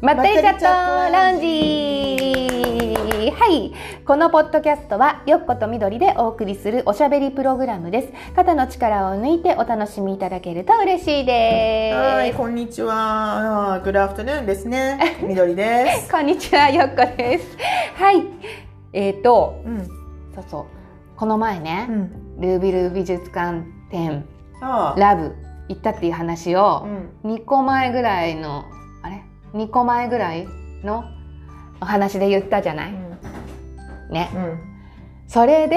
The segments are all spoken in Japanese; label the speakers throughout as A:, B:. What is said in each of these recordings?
A: まったりチャットラウンジはいこのポッドキャストはよっことみどりでお送りするおしゃべりプログラムです肩の力を抜いてお楽しみいただけると嬉しいです
B: はい、こんにちは。グラフトヌーンですね。 みどりです。
A: こんにちはよっこですはいえーと
B: うん、
A: そうそうこの前ね
B: う、ん、
A: ルービル美術館展
B: ああ、
A: ラブ行ったっていう話
B: う
A: を
B: ん、
A: 2個前ぐらいのあれ2個前ぐらいのお話で言ったじゃないね
B: うん、
A: それで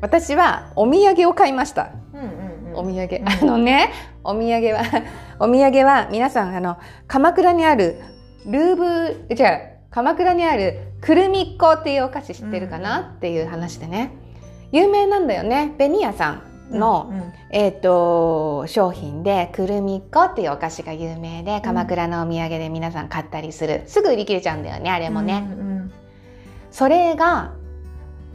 A: 私はお土産を買いました
B: うん、
A: お
B: うん、
A: 土産、
B: ん
A: あのねお土産は お土産は皆さんあの鎌倉にあるルーブじゃあ鎌倉にあるくるみっこっていうお菓子知ってるか
B: うん
A: なっていう話でね有名なんだよねベニヤさんの、
B: うん、
A: えー、と商品でくるみっこっていうお菓子が有名で鎌倉のお土産で皆さん買ったりするすぐ売り切れちゃうんだよねあれもね、
B: うん、
A: それが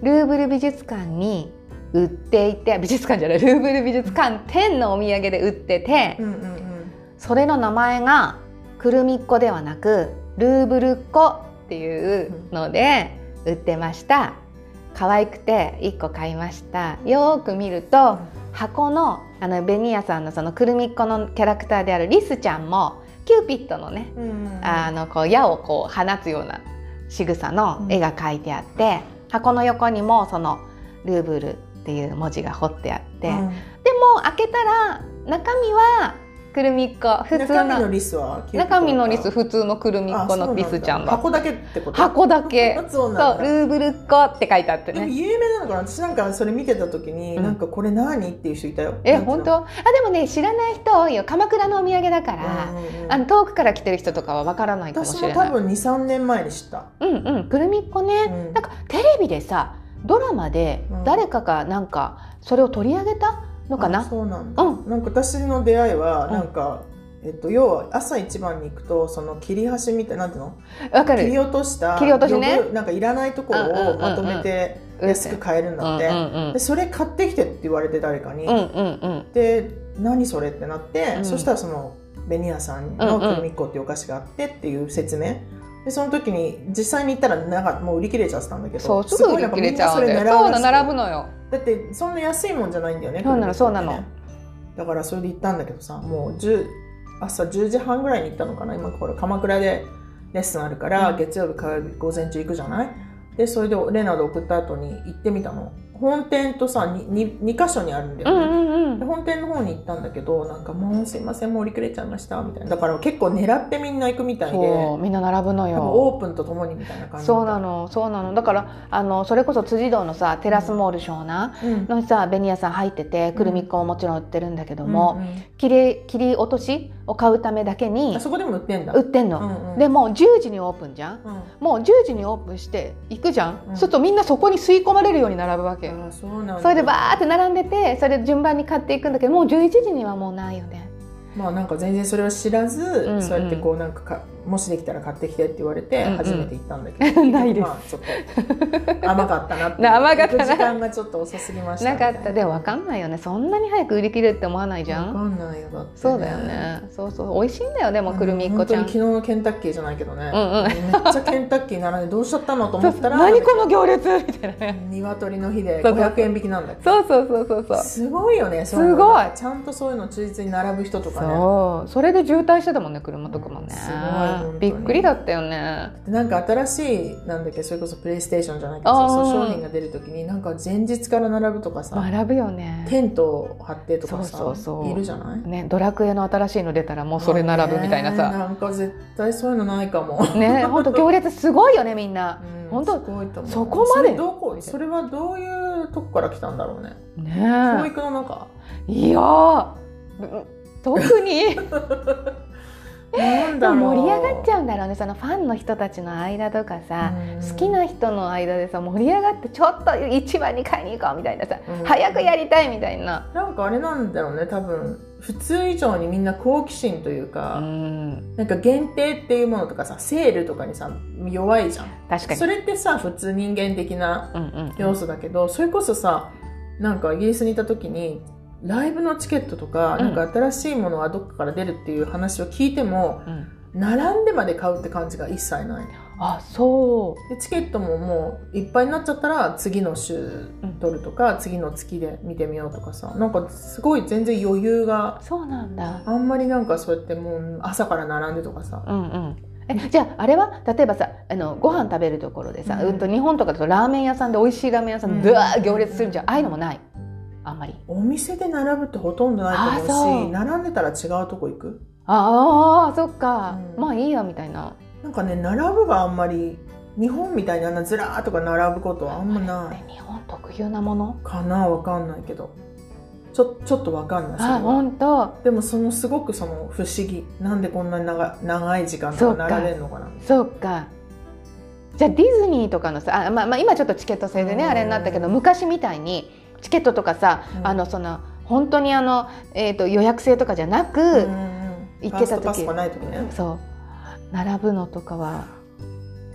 A: ルーブル美術館に売っていて美術館じゃないルーブル美術館店のお土産で売ってて、
B: うん、うん、うん、
A: それの名前がくるみっこではなくルーブルっ子っていうので売ってました可愛くて1個買いましたよーく見ると箱のあのベニヤさんのそのくるみっこのキャラクターであるリスちゃんもキューピッドのね
B: うん、
A: あのこう矢をこう放つような仕草の絵が描いてあって、箱の横にもそのルーブルっていう文字が彫ってあって、
B: うん
A: でも開けたら中身はくるみっこ普通
B: 中身の
A: の
B: リスは。
A: 中身のリス普通のくるみっこ
B: あそうな
A: の
B: んだ
A: リスちゃんだ
B: 箱だけってこと。
A: 箱だけ そ
B: そう
A: う
B: なん
A: ル
B: だ。
A: ーブルっ子って書いてあって
B: でも
A: ね
B: 有名なのかな私なんかそれ見てた時に、
A: うん
B: なんかこれ何っていう人いたよ
A: え本当あでもね知らない人多いよ鎌倉のお土産だか
B: あ
A: ら、あの遠くから来てる人とかはわからないかも
B: 私
A: し
B: も
A: れ
B: 多
A: ない
B: 分23年前に知った
A: うんうんくるみっこね、
B: うん
A: なんかテレビでさドラマで
B: うん
A: 誰かがなんかそれを取り上げたのか
B: あ
A: な、
B: そうなんだ、
A: うん
B: なんか私の出会いは
A: うん
B: なんか、えっと、要は朝一番に行くとその切り端みたいなんていうの
A: わか
B: 切
A: る
B: り落とした
A: 切り落としね
B: 余分なんかいらないとこ
A: うんうんうん
B: ろ
A: う
B: を
A: ん
B: まとめて安く買えるん
A: うん
B: だ
A: う
B: っ
A: ん
B: て、
A: うん
B: でそれ買ってきてって言われて誰かに、
A: うんうんうん
B: で何それってなって、
A: うん
B: そしたらそのベニヤさん
A: う
B: の
A: んうん
B: くるみっこっていうお菓子があってっていう説明でその時に実際に行ったらなんかもう売り切れちゃってたんだけど
A: そうすぐ売り切れちゃうんだよそうなの並ぶ
B: の
A: のよ
B: だってそんな安いもんじゃないんだよね
A: そうなの
B: くるみっこってね
A: そうなの
B: だからそれで行ったんだけどさもう10朝10時半ぐらいに行ったのかな今これ鎌倉でレッスンあるから、
A: うん
B: 月曜日火曜日午前中行くじゃないでそれでレナード送った後に行ってみたの本店とさ 2, に二箇所にあるんだ
A: う
B: よ
A: ん
B: ね、
A: うんう
B: で
A: ん
B: 本店の方に行ったんだけどなんかもうすいませんもう売り切れちゃいましたみたいなだから結構狙ってみんな行くみたいで
A: そうみんな並ぶの
B: 多分
A: よ
B: オープンとともにみたいな感じ
A: そうなのそうなのだからあのそれこそ辻堂のさテラスモール湘南
B: うん
A: のさベニヤさん入っててくるみっこももちろん売ってるんだけども、
B: うん
A: 切り切り落としを買うためだけ
B: うん
A: に
B: あそこでも売ってんだ
A: 売ってんの、
B: うんうん
A: でも10時にオープンじゃん
B: うん
A: もう10時にオープンして行くじゃん、
B: うん
A: そうするとみんなそこに吸い込まれるように並ぶわけ、
B: あそうなんだ
A: それでバーって並んでてそれ順番に買っていくんだけどもう11時にはもうないよね
B: まあなんか全然それを知らず、
A: んうん
B: そうやってこうなんかかもしできたら買ってきてって言われて
A: うんうん
B: 初めて行ったんだけど、
A: ないです
B: まあちょっと甘かったなって
A: 甘かったな
B: 行く時間がちょっと遅すぎました
A: な
B: みた
A: か
B: い
A: ったでも分かんないよねそんなに早く売り切れるって思わないじゃ
B: わ
A: ん、
B: かんないよだって、
A: そうだよねそうそう美味しいんだよでも
B: うん
A: くるみっこちゃん
B: 本当に昨日のケンタッキーじゃないけどね、
A: うんうん
B: めっちゃケンタッキー並んでどうしちゃったのと
A: そ
B: 思
A: う
B: っ
A: そう
B: たら
A: 何この行列 みたいなね
B: 鶏の日で
A: そうそう
B: 500円引きなんだっけ
A: そうそうそうそうそう
B: すごいよねそううの
A: すごい
B: ちゃんとそういうの忠実に並ぶ人とかね
A: そうそれで渋滞してたもんね車とかもね
B: すごい本当
A: びっ
B: に
A: くりだったよね
B: でなんか新しいなんだっけそれこそプレイステーションじゃないけ
A: あー
B: どそう商品が出るときになんか前日から並ぶとかさ
A: 並ぶよね
B: テントを張ってとかさ
A: そうそうそう
B: いるじゃない
A: ねドラクエの新しいの出たらもうそれ並ぶみたいな
B: ね
A: さ
B: なんか絶対そういうのないかも、
A: ね本当行列すごいよねみんな
B: うん
A: 本当
B: すごいと思う
A: そこまで
B: それどこそれはどういうとこから来たんだろうね教
A: ね
B: 育の中
A: えいやーうん特に
B: なんだろう
A: 盛り上がっちゃうんだろうねそのファンの人たちの間とかさ、好き、な人の間でさ盛り上がってちょっと市場に買いに行こうみたいなさ、
B: うん
A: 早くやりたいみたいな、
B: うんなんかあれなんだろうね多分普通以上にみんな好奇心という
A: う
B: か、
A: ん、
B: なんか限定っていうものとかさセールとかにさ弱いじゃん
A: 確かに
B: それってさ普通人間的な
A: うんうん
B: 要素だけど、それこそさなんかイギリスにいた時にライブのチケットとか,、
A: うん
B: なんか新しいものがどっかから出るっていう話を聞いても
A: うん
B: 並んでまで買うって感じが一切ない
A: あそ
B: でチケットももういっぱいになっちゃったら次の週取るとか、次の月で見てみようとかさなんかすごい全然余裕が
A: うそうなんだ
B: あんまりなんかそうやってもう朝から並んでとかさ
A: うんうんえじゃああれは例えばさあのご飯食べるところでさ、
B: うん
A: うんと日本とかだとラーメン屋さんで美味しいラーメン屋さんで
B: うん
A: うわー行列するんじゃんああいうのもないあんまり
B: お店で並ぶってほとんどないと
A: あそ
B: 思うし
A: う
B: 並んでたら違うとこ行く
A: ああそっか、
B: うん
A: まあいいやみたいな
B: なんかね並ぶがあんまり日本みたいにあんなずらーっとか並ぶことはあんま
A: あ
B: な
A: れっ
B: い
A: て日本特有なもの
B: かなわかんないけどちょちょっとわかんないそれ
A: あ
B: は
A: 本当
B: でもそのすごくその不思議なんでこんなに長長い時間とか並べるのかな
A: そっかじゃあディズニーとかのさあ、まあまあ、今ちょっとチケット制でね、
B: うん
A: あれになったけど昔みたいにチケットとかさ、
B: うん
A: あのその本当にあの、えー、と予約制とかじゃなく、
B: 行
A: 行ってた時
B: パスがない時ね
A: そう並ぶのとかは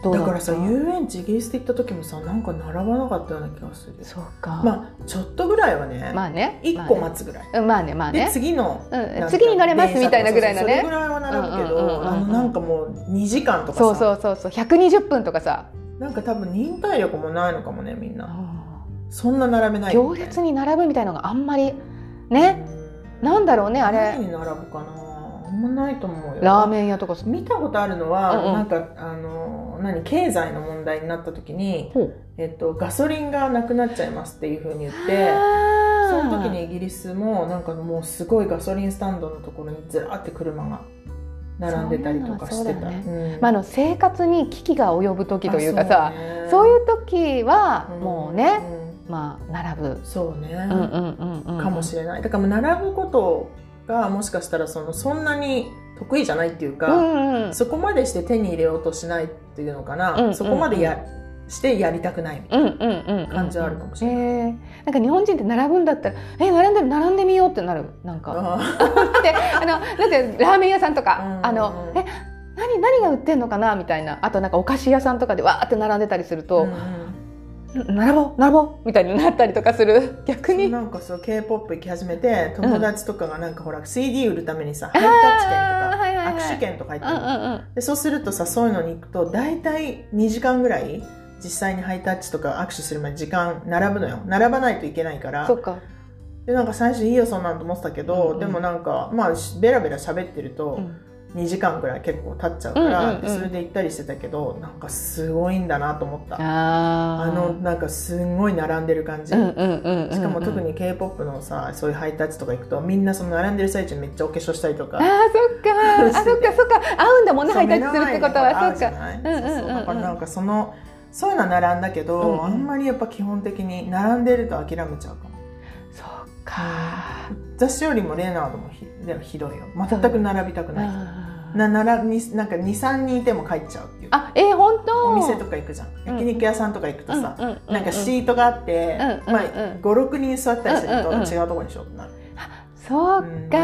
A: どう
B: だ
A: った
B: からさ遊園地イギリスで行った時もさなんか並ばなかったような気がする
A: そうかま
B: まあちょっとぐらいはね、
A: あ、ね
B: 1個待つぐらい、
A: まあねうんまあねまあ
B: で
A: ね、
B: 次の
A: う、
B: なんんか
A: 次に乗れますみたいなぐらいのね
B: 電車とかさそれぐらいは並ぶけ
A: うんうんうんうんう
B: ど
A: ん
B: あのなんかもう2時間とかさ
A: そうそうそうそう120分とかさ、
B: なんか多分忍耐力もないのかもねみんなそんな並べないよ
A: 行
B: ね
A: 列に並ぶみたいのがあんまりね、
B: うん
A: なんだろうねあれ
B: 何に並ぶかなあんまないと思うよ
A: ラーメン屋とかさ
B: 見たことあるのは、
A: うんうん
B: なんかあの何経済の問題になった時に、
A: ほう
B: えっと、ガソリンがなくなっちゃいますっていう風に言ってそ
A: そ
B: の時にイギリスもなんかもうすごいガソリンスタンドのところにずらって車が並んでたりとかし
A: そ
B: て
A: う
B: た。
A: だよ
B: うん
A: まあ、あの生活に危機が及ぶ時というかさそう,、
B: う
A: いう時は
B: ね
A: もうね、、
B: ん
A: まあ並ぶ、
B: そうね、
A: うんうんうんうん、
B: かもしれないだからもう並ぶことがもしかしたらそのそんなに得意じゃないっていうか、
A: うんうん、
B: そこまでして手に入れようとしないっていうのかな、
A: うんうん
B: そこまでやしてやりたくないみたい
A: うんうんうんうん
B: 感じはあるかもしれない
A: えーなんか日本人って並ぶんだったらえ並んでる並んでみようってなるなんか
B: な。
A: であのだってラーメン屋さんとか、
B: うん
A: あのえ何何が売ってんのかなみたいなあとなんかお菓子屋さんとかでわーって並んでたりする
B: うんう
A: と、
B: ん
A: 並ぼう並ぼうみたいになったりとかする逆に
B: なんかそう k p o p 行き始めて友達とかがなんかほら CD 売るためにさハ
A: あ
B: イタッチ券とか
A: ーはいはいはい
B: 握手券とか入って
A: うんう
B: るの
A: んうん
B: でそうするとさそういうのに行くと大体2時間ぐらい実際にハイタッチとか握手するまで時間並ぶのよ並ばないといけないから
A: そっか、
B: でなんか最初いいよそんなんと思ってたけど、
A: うんうん
B: でもなんかまあしベラベラ喋ってると、
A: うん
B: 2時間ぐらい結構経っちゃうから、
A: うんうんうん
B: でそれで行ったりしてたけどなんかすごいんだなと思ったあ
A: あー
B: のなんかすんごい並んでる感じ、
A: うんうんうんうん
B: しかも特に k p o p のさそういうハイタッチとか行くとみんなその並んでる最中めっちゃお化粧したりと
A: あ
B: か
A: ーそっかあそっかそっか合うんだもんね
B: そ
A: ハ
B: う
A: イタッチするってこと
B: 目の前
A: は
B: に
A: そっか
B: ある
A: う
B: じ
A: ん
B: ゃ
A: う
B: ない
A: んうんうん
B: そうそうだからなんかそのそういうのは並んだけど、
A: うんうん
B: あんまりやっぱ基本的に並んでると諦めちゃうかも
A: そっか
B: 私よりもレナードもひでもひどいよ全く並びたくない
A: あー
B: なならになんか23人いても帰っちゃうっていう
A: あえー、本当
B: お店とか行くじゃん焼肉屋さんとか行くとさ、
A: うんうんうんうん
B: なんかシートがあって、
A: うんうんうん
B: まあ、56人座ったりすると
A: うんうんうん
B: 違うところにしようってなる、
A: そう
B: うん
A: か、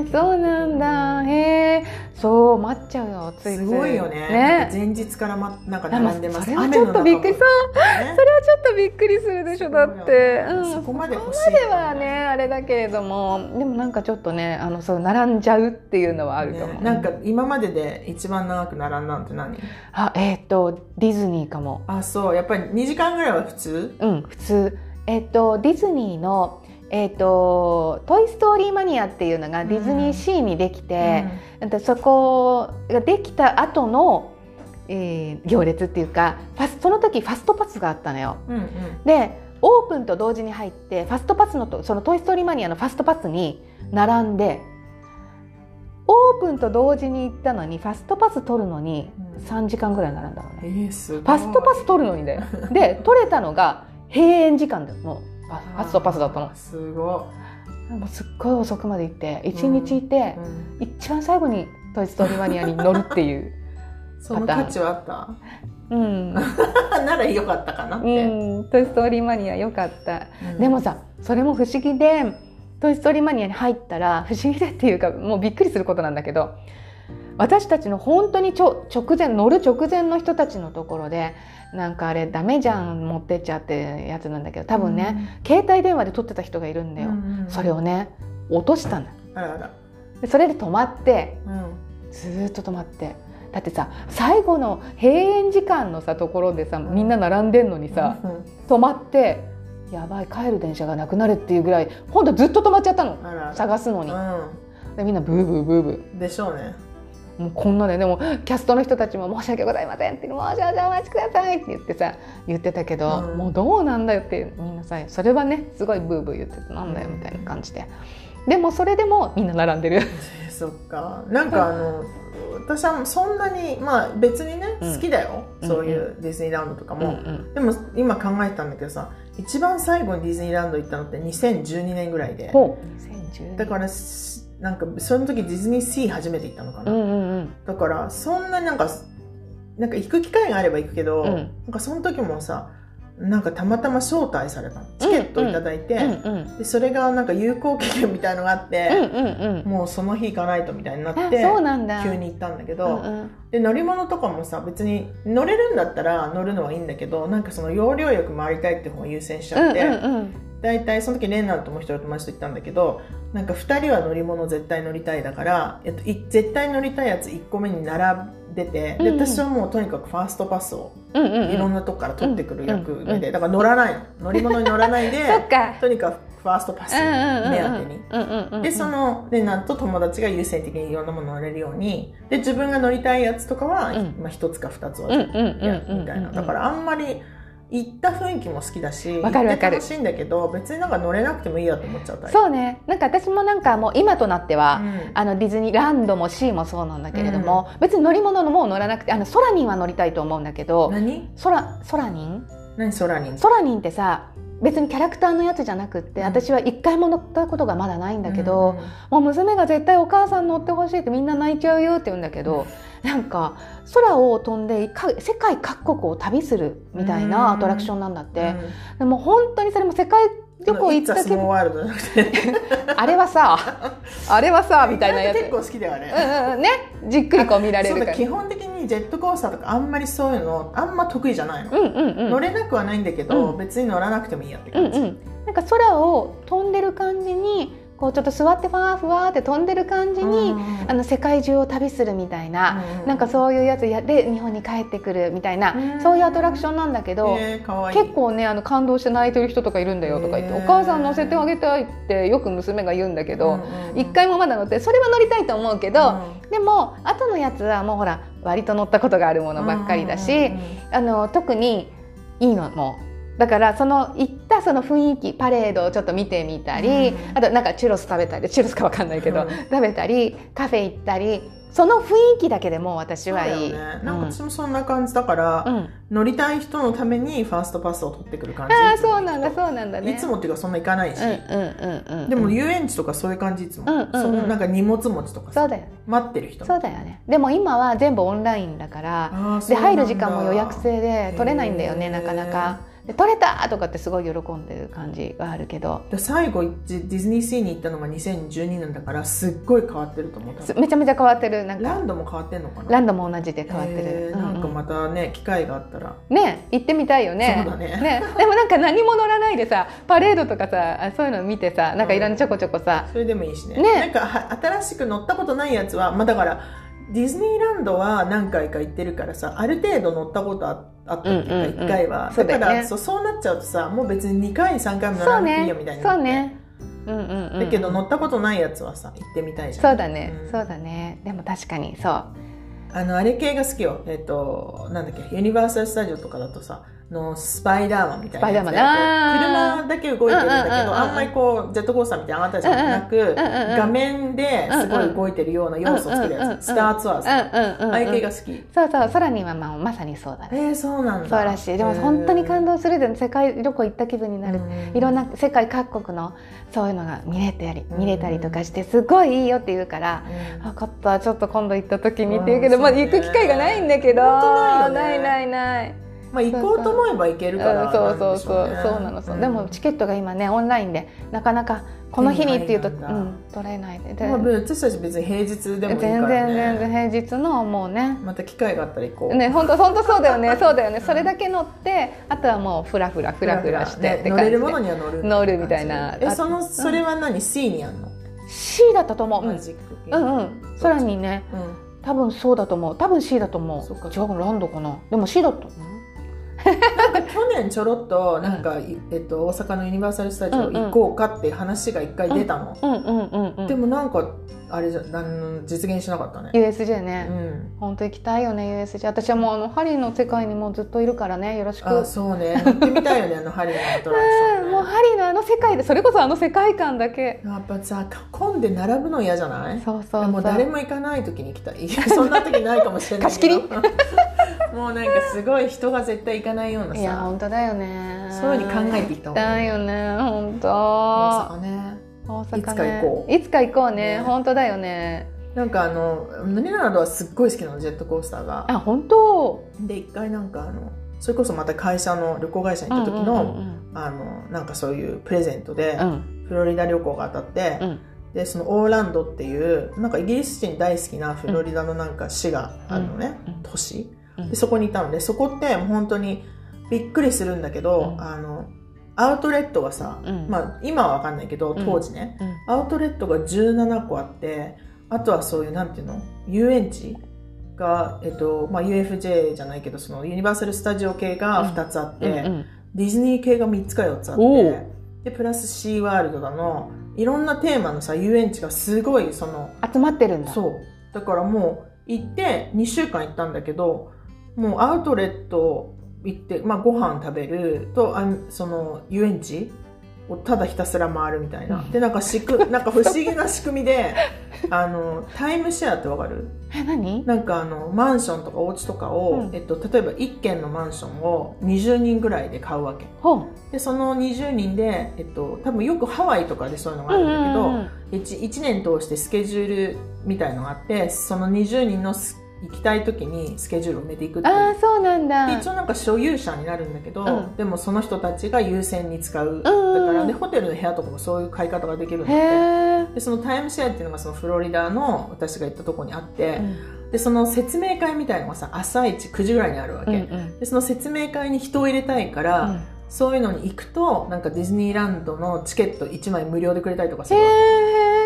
B: 頭がね
A: そうなんだへえそう待っちゃうよついつい
B: すごいよねなんか前日から、ま、なんか
A: でも
B: 並んでます
A: それはちょっとびっくり
B: 雨の中
A: そう
B: とかね
A: それはちょっとびっくりするでしょだって、
B: そうよ
A: うん、
B: そこまで欲しい
A: そこまではねあれだけれどもでもなんかちょっとねあのそう並んじゃうっていうのはあるかも、
B: ねなんか今までで一番長く並んだのって何
A: あえっ、とディズニーかも
B: あそうやっぱり2時間ぐらいは普通
A: うん普通えっ、とディズニーのえっ、と「トイ・ストーリー・マニア」っていうのがディズニーシーにできて、でそこができた後の、えー行列っていうかファスその時ファストパスがあったのよ。
B: うんうん
A: でオープンと同時に入ってファストパスのとその「トイ・ストーリーマニア」のファストパスに並んでオープンと同時に行ったのにファストパス取るのに
B: うん
A: 3時間ぐらい並んだの
B: え
A: ね。
B: ー、すごい
A: ファストパス取るのに だよ。で取れたのが閉園時間だよもうファファストパスだったの
B: あー。すご
A: もうすっごい遅くまで行って1日いて
B: い、、うん
A: 一番最後に「トイ・ストーリーマニア」に乗るって いう。
B: その価値はあった
A: うん、
B: ならよかったかなって、
A: うん、トイ・ストーリーマニアよかった、
B: うん
A: でもさそれも不思議でトイ・ストーリーマニアに入ったら不思議でっていうかもうびっくりすることなんだけど私たちの本当にちょ直前乗る直前の人たちのところでなんかあれダメじゃん持ってっちゃってやつなんだけど多分ね、、携帯電話で撮ってた人がいるん
B: う
A: だ
B: ん
A: よ、
B: うんうん
A: それをね落としたの
B: あらあら、
A: でそれで止まって
B: うん
A: ずーっと止まってだってさ最後の閉園時間のさところでさみんな並んでんのにさ、
B: うん
A: 止まってやばい帰る電車がなくなるっていうぐらい今度ずっと止まっちゃったの
B: あらあ
A: 探すのに
B: ら、
A: でみんなブーブーブーブー
B: うん、でしょうね
A: もうこんなねでもキャストの人たちも「申し訳ございません」って「申し訳お待ちください」って言ってさ言ってたけど、
B: うん
A: もうどうなんだよってみんなさそれはねすごいブーブー言っててなんだよみたいな感じででもそれでもみんな並んでる
B: えそっかなんかあの私はそんなにまあ別にね
A: うん
B: 好きだよ、
A: うん
B: そういうディズニーランドとか
A: うんう
B: も、
A: ん
B: でも今考えたんだけどさ一番最後にディズニーランド行ったのって2012年ぐらいで
A: ほう2010
B: だからしなんかその時ディズニーシー初めて行ったのかな、
A: うんうんうん
B: だからそんなになんかなんか行く機会があれば行くけど、
A: うん
B: なんかその時もさなんかたまたま招待されたのチケットをいただいて、
A: うんうん
B: でそれがなんか有効期限みたいのがあっ
A: うん
B: て、
A: うん
B: もうその日行かないとみたいにな
A: うんあ
B: って
A: そうなんだ
B: 急に行ったんだけ
A: う
B: ど、
A: んうん
B: で乗り物とかもさ別に乗れるんだったら乗るのはいいんだけどなんかその要領よく回りたいって方を優先しち
A: うん
B: ゃって、
A: うんうん
B: 大体その時レンナーともう一人友達と行ったんだけどなんか2人は乗り物絶対乗りたいだから、えっと、い絶対乗りたいやつ1個目に並べて、
A: うんうん
B: で私はもうとにかくファーストパスを
A: うんうんうん
B: いろんなとこから取ってくる役目で、
A: うんうん
B: だから乗らないの乗り物に乗らない
A: そっ
B: で
A: か
B: とにかくファーストパス目当てに。
A: うんうんうんうん
B: でそのレナと友達が優先的にいろんなもの乗れるようにで自分が乗りたいやつとかは、
A: うん
B: まあ、1つか2つは
A: うんうんうん
B: や
A: うんうん
B: みたいなだからあんまり行った雰囲気も好きだし
A: わかるわかる
B: 行って楽しいんだけど別になんか乗れなくてもいいやと思っちゃったり
A: そうねなんか私もなんかもう今となっては、
B: うん
A: あのディズニーランドもシーもそうなんだけれども、別に乗り物のもう乗らなくてあのソラニンは乗りたいと思うんだけど
B: 何
A: ソラソラニン
B: 何空に
A: ソラニンってさ別にキャラクターのやつじゃなくって、
B: うん
A: 私は一回も乗ったことがまだないんだけど、、もう娘が絶対お母さん乗ってほしいってみんな泣いちゃうよって言うんだけど、なんか空を飛んでか世界各国を旅するみたいなアトラクションなんだっ
B: うん
A: て、でも本当にそれも世界旅行行った
B: ス
A: 気分
B: モワールドじゃなくて
A: あれはさ、あれは さ、みたいなやつ。
B: 結構好きだよね、
A: うんうん、ね、じっくりこう見られ
B: そう
A: るか
B: だ
A: ら。
B: 基本的にジェットコースターとかあんまりそういうのあんま得意じゃないの、
A: うんうんうん。
B: 乗れなくはないんだけど、
A: う
B: 別に乗らなくてもいいやって
A: うん
B: 感じ、
A: うん。なんか空を飛んでる感じに、こうちょっと座ってふわーふわーって飛んでる感じに、あの世界中を旅するみたいな、なんか
B: う
A: そういうやつやで日本に帰ってくるみたいな、
B: うん
A: そういうアトラクションなんだけど。
B: えー、かわいい
A: 結構ねあの感動して泣いてる人とかいるんだよとか言って、
B: へ
A: お
B: ー
A: 母さん乗せてあげたいってよく娘が言うんだけ
B: う
A: ど
B: んうんうん
A: 一、回もまだ乗ってそれは乗りたいと思うけど、
B: うん
A: でも後のやつはもうほら割と乗ったことがあるものばっかりだし、
B: うんうんうん
A: あの特にいいのもだからその行ったその雰囲気パレードをちょっと見てみたり、
B: うん
A: あとなんかチュロス食べたりチュロスかわかんないけど、
B: うん
A: 食べたりカフェ行ったりその雰囲気だけでもう私はいい。
B: そうだよね、なんか私もそんな感じだから、
A: うん、あ
B: 乗りたい人のためにファーストパスを取ってくる感じ
A: あーそうなんだそうなんだね。
B: いつもっていうかそんな行かないし、
A: うんうんうんうん。
B: でも遊園地とかそういう感じいつも、
A: うんうんうん
B: そのなんか荷物持ちとか
A: そ
B: さ
A: うだよね。
B: 待ってる人
A: そうだよね。でも今は全部オンラインだから。
B: あーそう
A: で
B: なん
A: 入
B: だ
A: る時間も予約制で取れないんだよ
B: へ
A: ね
B: ー
A: なかなか。で取れたとかってすごい喜んでる感じはあるけど
B: で最後じディズニーシーに行ったのが2012年だからすっごい変わってると思う多
A: す
B: 分
A: めちゃめちゃ変わってるなんか
B: ランドも変わってんのかな
A: ラ
B: ン
A: ンドも同じで変わってる。うんうん
B: なんかまたね機会があったら
A: ね行ってみたいよね
B: そうだね
A: でもなんか何も乗らないでさパレードとかさあそういうの見てさなんかいろんなちょこちょこさ、
B: それでもいいしね
A: ね
B: なんかは新しく乗ったことないやつは、まあ、だからディズニーランドは何回か行ってるからさある程度乗ったことああったっていうか
A: うんうんうん
B: 1回は、
A: そうだよ
B: だ
A: ね
B: からそうそうなっちゃうとさもう別に2回3回も乗
A: そ
B: ら
A: う
B: なくていい
A: ね
B: よみたいにな
A: そう
B: って
A: ねうんうんうん
B: だけど乗ったことないやつはさ行ってみたいじゃん
A: そうだね、
B: うん
A: そうだねでも確かにそう
B: あのあれ系が好きよえっ、となんだっけユニバーサル・スタジオとかだとさのスパイダーマンみたいなやつで
A: スパイダーマン
B: こう車だけ動いてるんだけど、
A: うんうんうんうん
B: あんまりこうジェットコースターみたいなあたりじゃなく、
A: んうんうん
B: 画面ですごい動いてるような要素を作るや
A: うん
B: つ、
A: うんうん
B: スターツアーズ、
A: うんうんうん、
B: ああいう
A: う
B: 系
A: ん、
B: が好き、
A: そうそう空にはまあまさにそうだね
B: えー、そうなんだ
A: そうらしいでも本当に感
B: 動
A: 動するで世界旅行行った気分になる、いろん
B: な
A: な世界各国のそういうのが見れたり
B: うん
A: 見れたりとかしてすごいいいよって言うから、分かったちょっと今度行った時にって言うけど、
B: うん
A: まあ
B: そうね
A: 行く機会がないんだけど
B: 本当ないよね
A: ないないない
B: まあ行こうと思えば行けるから
A: うんそうそうそう、
B: なんでしょ
A: そうなのそう、
B: ん
A: でもチケットが今ねオンラインでなかなかこの日にっていうと、う
B: 手に入らないん
A: ん、取れないで、
B: まあ私たち別に平日でもいい
A: 全
B: から、ね、
A: 然全然平日のもうね
B: また機会があったら行こう、
A: ね、本当本当そうだよね、そうだよね、それだけ乗って、あとはもうフラフラフラフラしてって
B: ね
A: 感
B: 乗
A: じ
B: れ
A: で
B: るものには乗る
A: 乗るみたいな
B: えそのそれは何 C にあんの
A: C だったと思う。う
B: マ
A: ん
B: ジック系
A: うんうん、空にね、
B: うん
A: 多分そうだと思う多分 C だと思う
B: そっか
A: 違うランドかなでも C だった
B: 去年ちょろっとな んか、いえっと、大阪のユニバーサル・スタジオ行こうかって話が一回出たの、
A: うんうんうんうん
B: でもなんかあれじゃなん実現しなかったね、
A: USJ
B: う
A: ね、
B: ん、
A: 本当行きたいよね USJ 私はもうあのハリーの世界にもうずっといるからねよろしく
B: あそうね行ってみたいよねあのハリーのアトラクシ
A: う
B: ョン、ね
A: んもうハリーのあの世界でそれこそあの世界観だけ
B: やっぱさ混んで並ぶの嫌じゃない
A: そうそうそう
B: もう誰も行かない時に来たいやそんな時ないかもしれないけど もうなんかすごい人が絶対行かないようない
A: や
B: さ
A: 本当だよね
B: そういうふうに考えていった方が
A: だ
B: いい
A: よね本当
B: 大阪ね
A: 大阪ね
B: いつか行こう
A: いつか行こうね
B: ね
A: 本当だよね
B: なんかあの胸などはすっごい好きなのジェットコースターが
A: あ本当
B: で一回なんかあのそれこそまた会社の旅行会社に行った時の、あのなんかそういうプレゼントで、
A: うんうん
B: フロリダ旅行が当たって、
A: うん
B: でそのオーランドっていうなんかイギリス人大好きなフロリダのなんか市があるのね、
A: うんうん
B: 都市
A: うん
B: でそこにいたのでそこってもう本当にびっくりするんだけど、
A: うん
B: あのアウトレットがさ、
A: うん
B: まあ、今は分かんないけど
A: うん
B: 当時ね、
A: うん
B: アウトレットが17個あってあとはそういうなんていうの遊園地が、えっとまあ、UFJ じゃないけどそのユニバーサル・スタジオ系が2つあって、
A: うんうん
B: ディズニー系が3つか4つあっ
A: お
B: て
A: う
B: でプラスシーワールドだのいろんなテーマのさ遊園地がすごいその
A: 集まってるんだ
B: そうだからもう行って2週間行ったんだけどもうアウトレット行って、まあ、ご飯食べるとあその遊園地をただひたすら回るみたいな、
A: うん
B: でなんか仕 組なんか不思議な仕組みであのタイムシェアってわかる
A: え何
B: なんかあのマンションとかお家とかを、
A: うん
B: えっと、例えば1軒のマンションを20人ぐらいで買うわけ
A: ほう
B: でその20人で、えっと、多分よくハワイとかでそういうのがあるんだけど、1, 年通してスケジュールみたいのがあってその20人のす行きたい時にスケジュールを埋めていくっていう
A: ああそうなんだ
B: で一応なんか所有者になるんだけど、
A: うん
B: でもその人たちが優先に使う、
A: うんうん
B: だからでホテルの部屋とかもそういう買い方ができるんだって
A: へ
B: でそのタイムシェアっていうのがそのフロリダの私が行ったとこにあって
A: え、
B: でその説明会みたいのがさ朝一9時ぐらいにあるわけ、でその説明会に人を入れたいから、そういうのに行くとなんかディズニーランドのチケット1枚無料でくれたりとかす
A: へ
B: るわけ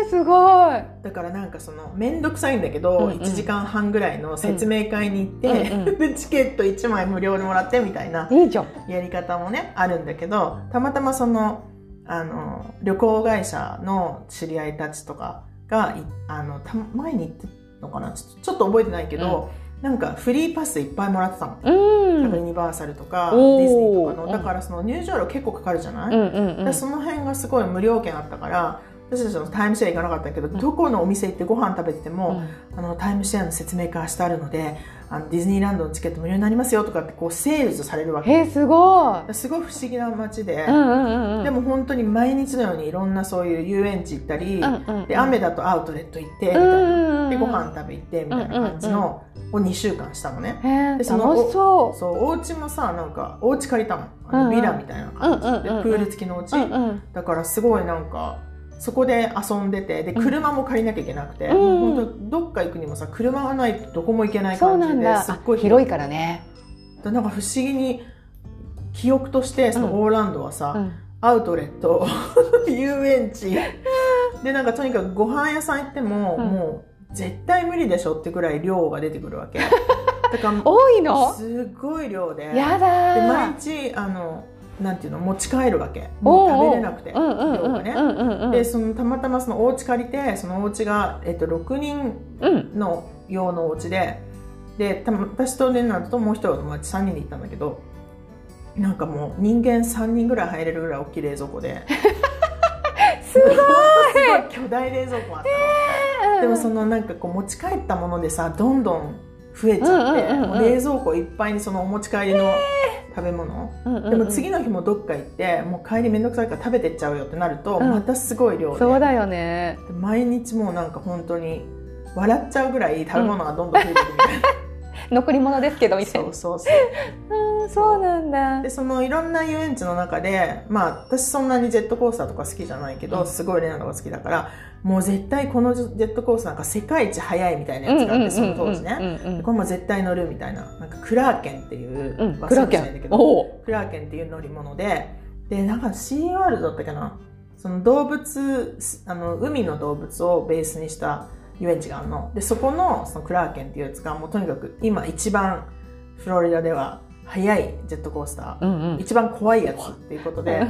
A: えすごい
B: だからなんかその面倒くさいんだけど、
A: うんうん
B: 1時間半ぐらいの説明会に行って、
A: うんうん
B: でチケット1枚無料でもらってみたいない
A: いじゃん
B: やり方もねあるんだけどたまたまそのあの旅行会社の知り合いたちとかがいあのた前に行ってたのかなちょちょっと覚えてないけど、なんかフリーパスいっぱいもらってたの。
A: う
B: なん
A: ん
B: かユニバーサルとかデ
A: おー
B: ィズニーとか
A: う
B: の
A: ん
B: だからその入場料結構かかるじゃない、
A: うんうんう
B: で
A: ん
B: その辺がすごい無料券あったから私たちのタイムシェア行かなかったけど、
A: ん
B: どこのお店行ってご飯食べてて
A: う
B: も、
A: ん
B: あのタイムシェアの説明会明日あるのであのディズニーランドのチケット無料になりますよとかってこうセールスされるわけ
A: へえすごい
B: すごい不思議な街で、
A: うんうんうんうん
B: でも本当に毎日のようにいろんなそういう遊園地行ったり、で雨だとアウトレット行ってみたいな、でご飯食べ行ってみたいな感じのを2週間したのね、
A: へえ楽
B: で
A: し
B: その
A: そ
B: そうお家もさなんかお家借りたのあ
A: う
B: の
A: んうん
B: ビラみたいな感じで、
A: うんうんうんうん
B: プール付きのお家、
A: ううんうん
B: だからすごいなんかそこで遊んでてで
A: うん
B: 車も借りなきゃいけなくて、
A: うん
B: もう本当どっか行くにもさ車がないとどこも行けない
A: そう
B: 感
A: な
B: じ
A: ん
B: で
A: だ
B: すっごい
A: あ広いからね
B: だなんか不思議に記憶としてそ
A: うん
B: のオーランドはさ、
A: うん
B: アウトレット 遊園地でなんかとにかくご飯屋さん行っても、
A: うん
B: もう絶対無理でしょってぐらい量が出てくる わけだか
A: 多い
B: ら
A: の
B: すごい量で
A: やだ
B: で
A: ー
B: 毎日あのなんていうの持ち帰るわけ
A: お
B: も
A: うおう
B: う食べれなくて
A: うんうんう
B: 量
A: んう
B: が
A: ん
B: ね、
A: うんうん
B: でそのたまたまそのお家借りてそのお家がえっと6人
A: うん
B: の用のお家ででたま私とレナともう一人の友達3人で行ったんだけどなんかもう人間3人ぐらい入れるぐらい大きい冷蔵庫ですごいすごい巨大冷蔵庫あったの、でもそのなんかこう持ち帰ったものでさどんどん増えちゃって、
A: うんうんうんうん
B: もう冷蔵庫いっぱいにそのお持ち帰りの食べ物、
A: うんうんうん
B: でも次の日もどっか行ってもう帰りめんどくさいから食べてっちゃうよってなると、
A: うん
B: またすごい量で
A: そうだよね
B: で毎日もうなんか本当に笑っちゃうぐらい食べ物がどんどん増えてくるみたいな、
A: 残り物ですけどみたい
B: そ
A: な
B: うそうそう
A: うんそうなんだ
B: でそのいろんな遊園地の中でまあ私そんなにジェットコースターとか好きじゃないけど、
A: うん
B: すごいレナのが好きだからもう絶対このジェットコースターなんか世界一速いみたいなやつがあって、その当時ね、
A: うんうんうんうん
B: これも絶対乗るみたいななんかクラーケンっていう、
A: うん
B: 忘
A: クラー
B: れも
A: ケ
B: しないんだ
A: ン
B: けど
A: おお
B: クラーケンっていう乗り物ででなんかシーワールドだったかなその動物あの海の動物をベースにした遊園地があるのでそこのそのクラーケンっていうやつがもうとにかく今一番フロリダでは速いジェットコースター、
A: うんうん
B: 一番怖いやつっていうことで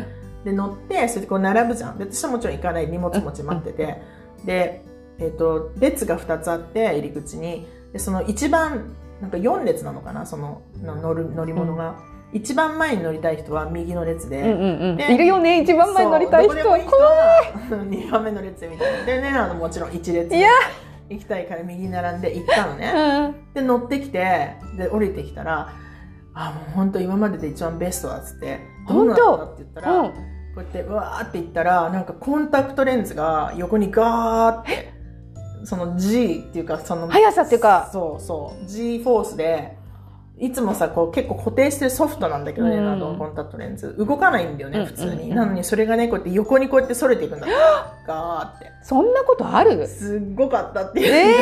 B: で乗ってそれでこう並ぶじゃんで私はもちろん行かない荷物持ち待っててで、えっと列が2つあって入り口にでその一番なんか4列なのかなそのの乗る乗り物が、一番前に乗りたい人は右の列で、
A: うんうんうん
B: で
A: いるよね一番前乗りたい人は
B: そうどこでもいい人は2番目の 列みたいなでねあのもちろん1列で
A: いや
B: 行きたいから右並んで行ったの
A: う
B: ね
A: ん
B: で乗ってきてで降りてきたら「あもう本当今までで一番ベストだ」っつって「どうな
A: 本当
B: った?」って言ったら、
A: う
B: こ
A: ん
B: うやってうわーって行ったらなんかコンタクトレンズが横にガーってその G っていうかその
A: 速さっていうか
B: そうそう G フォースでいつもさこう結構固定してるソフトなんだけどね、
A: うん
B: あのコンタクトレンズ動かないんだよね
A: うん
B: 普通に、
A: うんうん
B: なのにそれがねこうやって横にこうやってそれていくん だガーって
A: そんなことある
B: すっごかったって
A: え
B: いう
A: え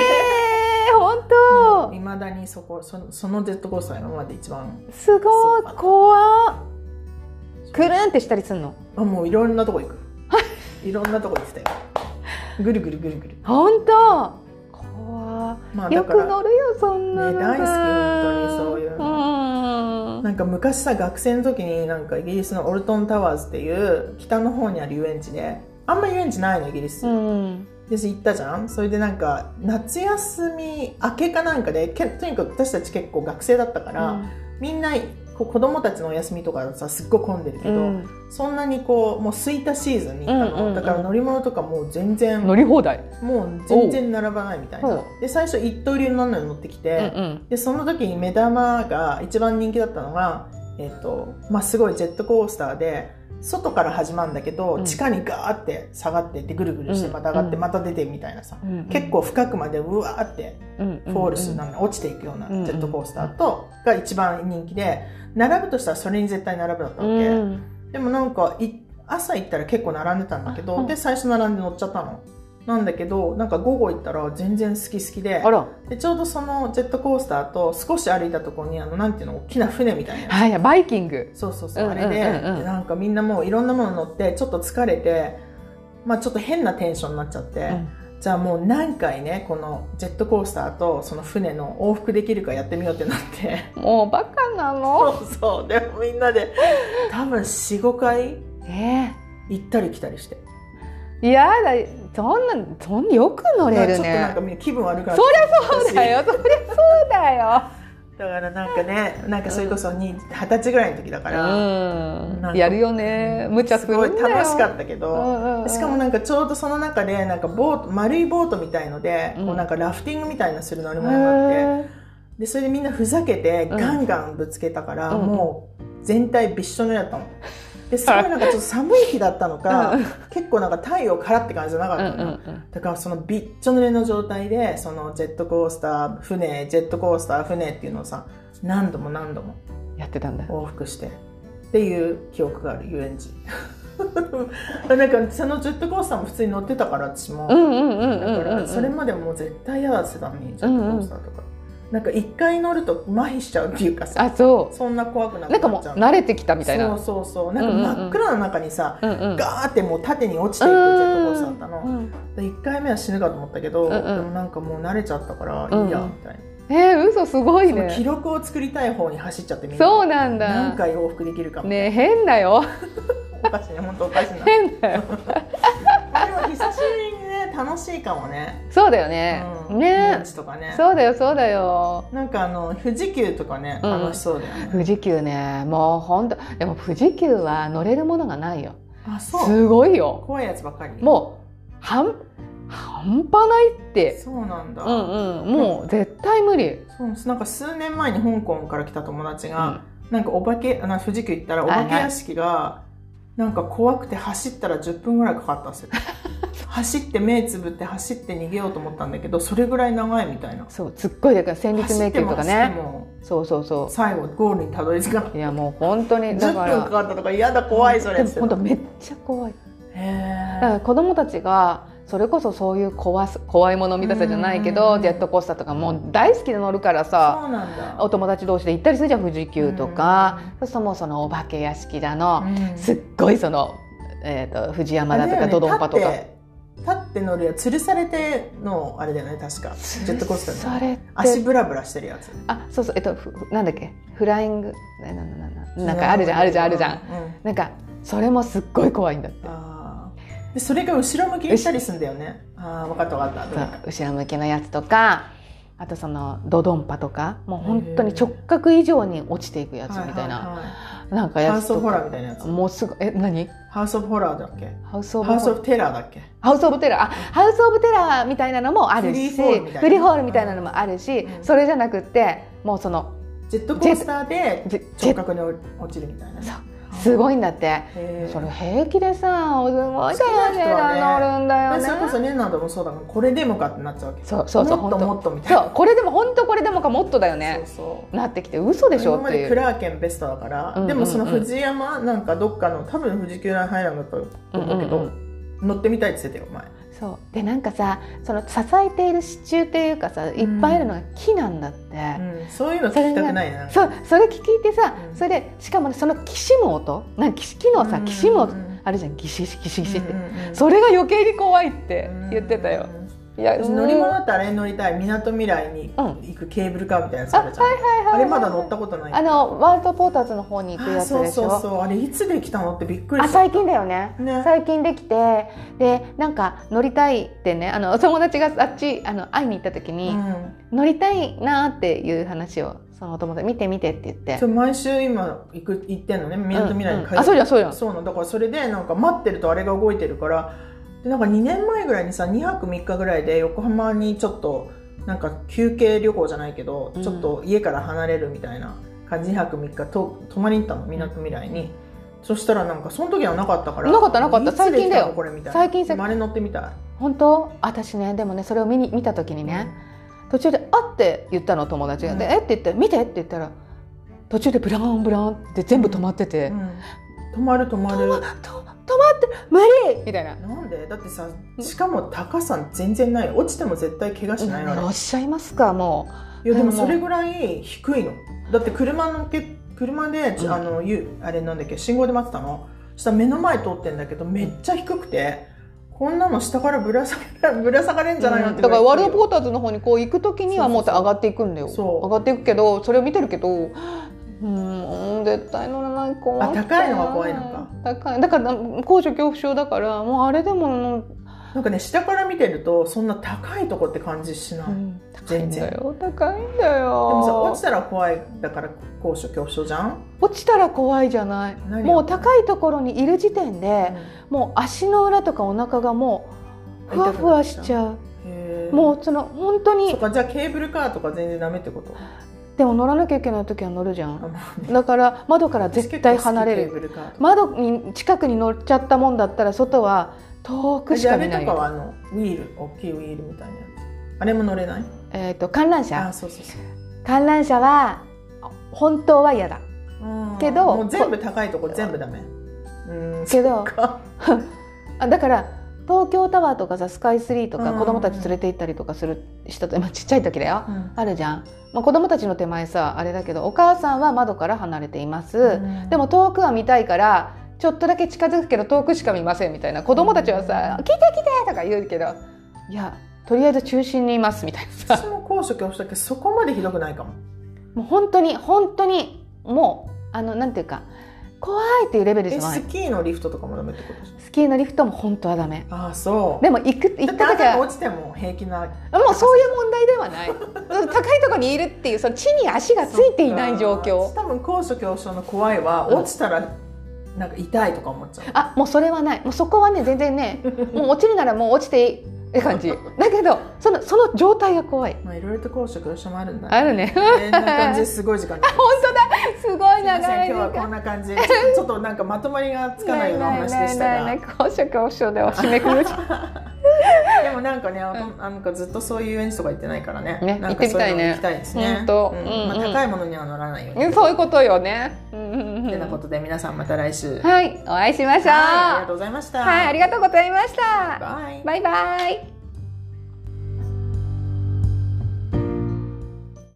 A: ー本
B: いまだにそこそのそのジェットコースターが今まで一番
A: 当すごい
B: そう
A: 怖っくるんってしたりすんの
B: あもういろんなとこ 行くいろんなとこ行ってたよぐるぐるぐるぐる
A: 本当怖っ
B: まあ
A: よ
B: だか
A: く
B: ら
A: 乗るよそんなの
B: ね
A: が
B: 大好き本当にそういう
A: うん
B: なんか昔さ学生の時になんかイギリスのオルトンタワーズっていう北の方にある遊園地であんま遊園地ないのイギリス、
A: うん
B: で行ったじゃんそれでなんか夏休み明けかなんかでけとにかく私たち結構学生だったから、みんなこう子供たちのお休みとかだとさすっごい混んでるけ
A: う
B: ど、
A: ん
B: そんなにこうもう空いたシーズンに行ったの、
A: うんうんうん
B: だから乗り物とかもう全然
A: 乗り放題
B: もう全然並ばないみたい
A: お
B: な
A: う
B: で最初一刀流ののに乗ってきて、
A: うん
B: でその時に目玉が一番人気だったのが、えっとまあ、すごいジェットコースターで外から始まるんだけど、
A: うん
B: 地下にガーって下がってってぐるぐるしてまた上がってまた出てみたいなさ、
A: うん
B: 結構深くまでうわーってフォールするなんだ落ちていくようなジェットコースターとが一番人気で並ぶとしたらそれに絶対並ぶだったわけ、
A: うん
B: でもなんかい朝行ったら結構並んでたんだけど、
A: うん
B: で最初並んで乗っちゃったのなんだけどなんか午後行ったら全然好き好きで
A: あら
B: でちょうどそのジェットコースターと少し歩いたところにあのなんていうの大きな船みたいな
A: はいバイキング
B: そうそうそう、
A: うんうんうんうん
B: あれででなんかみんなもういろんなもの乗ってちょっと疲れてまあちょっと変なテンションになっちゃって、じゃあもう何回ねこのジェットコースターとその船の往復できるかやってみようってなって
A: もうバカなの
B: そうそうでもみんなで多分45回
A: え
B: 行ったり来たりして
A: えいやだそんなんそんなよく乗れる
B: だからちょっ
A: ね
B: となんかみんな気分悪くなっちゃ
A: そ
B: っ
A: りゃ
B: た
A: そうだよそりゃそうだよ
B: だからなんかねなんかそれこそに二十歳ぐらいの時だから、
A: うん
B: なんか
A: やるよね無茶するんだよ
B: ごい楽しかったけど、
A: うんうん
B: しかもなんかちょうどその中でなんかボート丸いボートみたいので、
A: うん
B: こうなんかラフティングみたいなする乗り
A: へ
B: 物があって、
A: ー
B: でそれでみんなふざけて
A: うん
B: ガンガンぶつけたから、
A: うん
B: もう全体びっしょ濡れだっ たの。ですごいなんかちょっと寒い日だったのか、
A: うん
B: 結構なんか太陽からって感じじゃなか
A: う
B: っ
A: んう
B: たのよ、
A: ん
B: だからそのびっちょ濡れの状態でそのジェットコースター船ジェットコースター船っていうのをさ何度も何度も
A: うんやってたんだ
B: 往復してっていう記憶がある遊園地 なんかそのジェットコースターも普通に乗ってたから私も、
A: うんうんうんうん
B: だか
A: うんうん
B: らそれまでもう絶対嫌だってたのにジェットコースターとか、なんか一回乗ると麻痺しちゃうっていうかさ
A: あそ
B: そんな怖くな
A: う
B: く
A: な
B: なっ
A: ん
B: ちゃ
A: か
B: う
A: もう慣れてきたみたいな
B: そうそうそうなんか真っ暗な中にさ、
A: うんうん
B: ガーってもう縦に落ちていくジェットコースターだったの、
A: うん
B: で1回目は死ぬかと思ったけど、
A: うんうん
B: でもなんかもう慣れちゃったからいいやみたいな、
A: えー、嘘すごい
B: その記
A: ね
B: 録を作りたい方に走っちゃってみんな
A: そうなんだ
B: 何回往復できるかも、
A: ねえ変だよ
B: おかしいね本当おかしいなで
A: 変だよ
B: も久しぶりにね楽しいかもね
A: そうだよね、
B: うんラ
A: ね
B: ンチとか
A: え
B: ね
A: そうだよそうだよ
B: なんかあの富士急とかね
A: うん
B: 楽しそうだよね、
A: 富士急ねもうほんとでも富士急は乗れるものがないよ
B: あそう
A: すごいよ
B: 怖いやつばっかり
A: もう半半端ないって
B: そうなんだ、
A: うんうんもう絶対無理
B: そうなんか数年前に香港から来た友達が、なんかお化けあの富士急行ったらお化け屋敷がなんか怖くて走ったら10分ぐらいかかったんですよ 走って目つぶって走って逃げようと思ったんだけどそれぐらい長いみたいな
A: そうすっごいでかい戦慄迷宮とか
B: 走って
A: ね
B: も
A: そうそうそ
B: 最後ゴールにたどり着かないう
A: いやもう本当にだ
B: 10
A: か
B: 分からかったとか嫌だ怖いそれ
A: でも本当めっちゃ怖いだか
B: へ
A: ら子供たちがそれこそそういう怖す怖いもの見たさじゃないけど
B: うん
A: ジェットコースターとかもう大好きで乗るから
B: ー
A: さ
B: そうなんだ
A: お友達同士で行ったりするじゃん富士急とか、そうするともうそのお化け屋敷だの、
B: うん
A: すっごいその、えー、と藤山だと
B: あれ
A: か
B: だよ
A: ド
B: ね
A: ドンパとか、
B: 立って立っって乗るやつ吊るされてのあれだよね確かジェットコースター
A: そ
B: の
A: れって
B: 足ブラブラしてるやつ
A: あそうそうえっとふなんだっけフライングなななななんかあるじゃんあるじゃんあるじゃん
B: う
A: なんかそれもすっごい怖いんだって
B: あーでそれが後ろ向きにしたりするんだよねああ分かった分かった
A: そう後ろ向きのやつとかあとそのドドンパとかもう本当に
B: へー
A: 直角以上に落ちていくやつみたいな、
B: は
A: なんか
B: いはいは
A: や
B: いハウ
A: つ
B: ス・オ
A: と
B: ブ・ホ
A: か
B: ラーみたいなやつ
A: もうすぐえ何
B: ハウス・オブ・ホラーだっけ
A: ハウスオブ
B: ハウス・オブ・テラーだっけ
A: ハウス・オブ・テラーあハウス・オブ・テラーみたいなのもあるし
B: フリーフォールみたいな
A: フリーホールみたいなのもあるし、
B: うん
A: それじゃなくってもうその
B: ジェットコースターで
A: ジェ
B: 直角に落ちるみたいな
A: そうすご
B: い
A: いんだって、それ平気でさすごい高い値段乗るんだよね
B: それこそねなどもそうだもんこれでもかってなっちゃうわけ
A: そうそうそう
B: も
A: 本
B: っと
A: 当
B: もっとみたい
A: そ
B: な
A: うこれでも本当これでもかもっとだよね
B: そうそう
A: なってきて嘘でしょ
B: 今
A: っ
B: ま
A: て
B: で
A: い
B: ク
A: う
B: ラーケンベストだから、
A: うんうんうん
B: でもその藤山なんかどっかの多分富士急ラインハイランドだと思うけど、
A: うんうんう
B: 乗ってみたいって言ってたよ前
A: そうでなんかさその支えている支柱っていうかさいっぱいいるのが木なんだって、
B: うんそういうの聞きたくないな。
A: そうそれ聞いてさ、
B: うん
A: それでしかもそのきしむ音なんかきし木のさきしむ音
B: うん
A: あるじゃんギシギシギシギシって、
B: うんうんうん
A: それが余計に怖いって言ってたよ、いや
B: うん私乗り物だったらあれ乗りたいみなとみらいに行くケーブルカーみたいなやつあるじゃん、あれまだ乗ったことない
A: あのワールドポーターズの方に行くや
B: あ
A: つで
B: そう
A: しょ
B: そうそうあれいつできたのってびっくり
A: あ
B: した
A: 最近だよね
B: ね
A: 最近できてでなんか乗りたいってねあのお友達があっちあの会いに行った時に、
B: うん
A: 乗りたいなっていう話をそのお友達見て見てって言って
B: そう毎週今行く行ってんのねみなとみらいに
A: うんうんあそうじゃんそうじゃん
B: そうなのだからそれでなんか待ってるとあれが動いてるからでなんか2年前ぐらいにさ2泊3日ぐらいで横浜にちょっとなんか休憩旅行じゃないけど、
A: うん
B: ちょっと家から離れるみたいな感じ2泊3日と泊まりに行ったのみなとみらいに、そしたらなんかその時はなかったから
A: なかったなかった
B: いつでき
A: 最近だよ
B: のこれみたいな
A: 最近最近
B: でもあれ乗ってみたい
A: 本当私ねでもねそれを見に見た時にね、途中で「あっ!」て言ったの友達が「で
B: うん
A: えっ?」て言って「見て!」って言ったら途中でブラーンブラーンって全部止まってて「
B: うん泊まる泊まる
A: と止まって無理!」みたいな。
B: なんでだってさしかも高さ全然ない落ちても絶対怪我しないのあれ
A: おっしゃいますかも
B: いやでも
A: でも
B: それぐらい低いのだって車のけ車で、じ
A: うん
B: あのゆあれなんだっけ信号で待ってたのそしたら目の前通ってんだけどめっちゃ低くてこんなの下からぶら下がれぶ ら下がれん
A: う
B: じゃないのっ
A: うん
B: て
A: だからワールドポ
B: ー
A: ーターズの方にこう行く時にはもう
B: そうそう
A: 上
B: そう
A: がっていくんだよ
B: そう
A: 上がっていくけどそれを見てるけどうん絶対乗らない怖くて
B: あ高いのが怖いのか
A: 高いだから高所恐怖症だからもうあれでも、
B: なんかね下から見てるとそんな高いとこって感じしない、
A: うん、高い
B: で
A: んだ
B: 全
A: よ高いんだよ
B: もさ落ちたら怖いだから高所恐怖症じゃん、
A: 落ちたら怖いじゃない
B: 何
A: もう高いところにいる時点で、もう足の裏とかお腹がもうふわふわしちゃう
B: へー
A: もうその本当
B: そ
A: に
B: っかじゃあケーブルカーとか全然ダメってこと
A: でも乗らなきゃいけない時は乗るじゃ
B: あ
A: ん
B: まあね
A: だから窓から絶対離れ
B: ケー
A: る
B: ブルカーとか
A: 窓に近くに乗っちゃったもんだったら外は遠くし
B: ジ
A: か
B: ャ
A: 見
B: ベ
A: な
B: と
A: い
B: かはあのウィール大きいウィールみたいなやつあれも乗れない
A: えー、と観覧
B: あ
A: 車
B: そうそうそう
A: 観覧車は本当は嫌だ
B: うん
A: けど
B: もう全部高いとこ全部ダメうん
A: けど
B: そっか
A: あだから東京タワーとかさスカイツリーとか
B: うん
A: 子供たち連れて行ったりとかする人と、まあ、ちっちゃい時だよ
B: うん
A: あるじゃん、まあ、子供たちの手前さあれだけどお母さんは窓から離れています、
B: うん
A: でも遠くは見たいからちょっとだけ近づくけど遠くしか見ませんみたいな子供たちはさ「
B: うん
A: 来て来て!」とか言うけど「いやとりあえず中心にいます」みたいなさ
B: 私も高所恐怖症だけどそこまでひどくないかも
A: もう本当に本当にもうあのなんていうか怖いっていうレベルじ
B: え
A: ゃな
B: ス
A: い
B: キーのリフトとかもダメってことじ
A: スキーのリフトも本当はダメ
B: ゃんああそう
A: でも行く行った
B: だ
A: 時
B: ってあなた
A: は
B: が落ちても平気な
A: もうそういう問題ではない 高いところにいるっていうその地に足がついていない状況
B: 多分高所恐怖症の怖いは
A: うん
B: 落ちたらなんか痛いとか思っちゃう
A: あもうそれはないもうそこはね全然ねもう落ちるならもう落ちていいって感 じだけどそのその状態が怖い
B: まあいろいろと高所恐怖症もあるんだ
A: あるね
B: こんな感じですごい時間になりました
A: すごい
B: すいませ
A: 長い
B: ん
A: 時
B: 今日はこ
A: 間
B: んな感じでちょっとなんかまとまりがつかないようなお話でしたが
A: ないないないない高所恐怖症でお締めくく る
B: でもなんかね、あのなんかずっとそういう園地とか行ってないからね
A: ね
B: なんかそうい
A: 行
B: うの行
A: ってみたいね
B: きたいですね
A: ほんと
B: うん
A: うん
B: まあ、
A: うん
B: 高いものには乗らないように
A: ねそういうことよねうんうんうん
B: てなことで皆さんまた来週はい
A: はいお会いしましょう
B: ありがとうございました
A: はいありがとうございました
B: バイ
A: バイバイ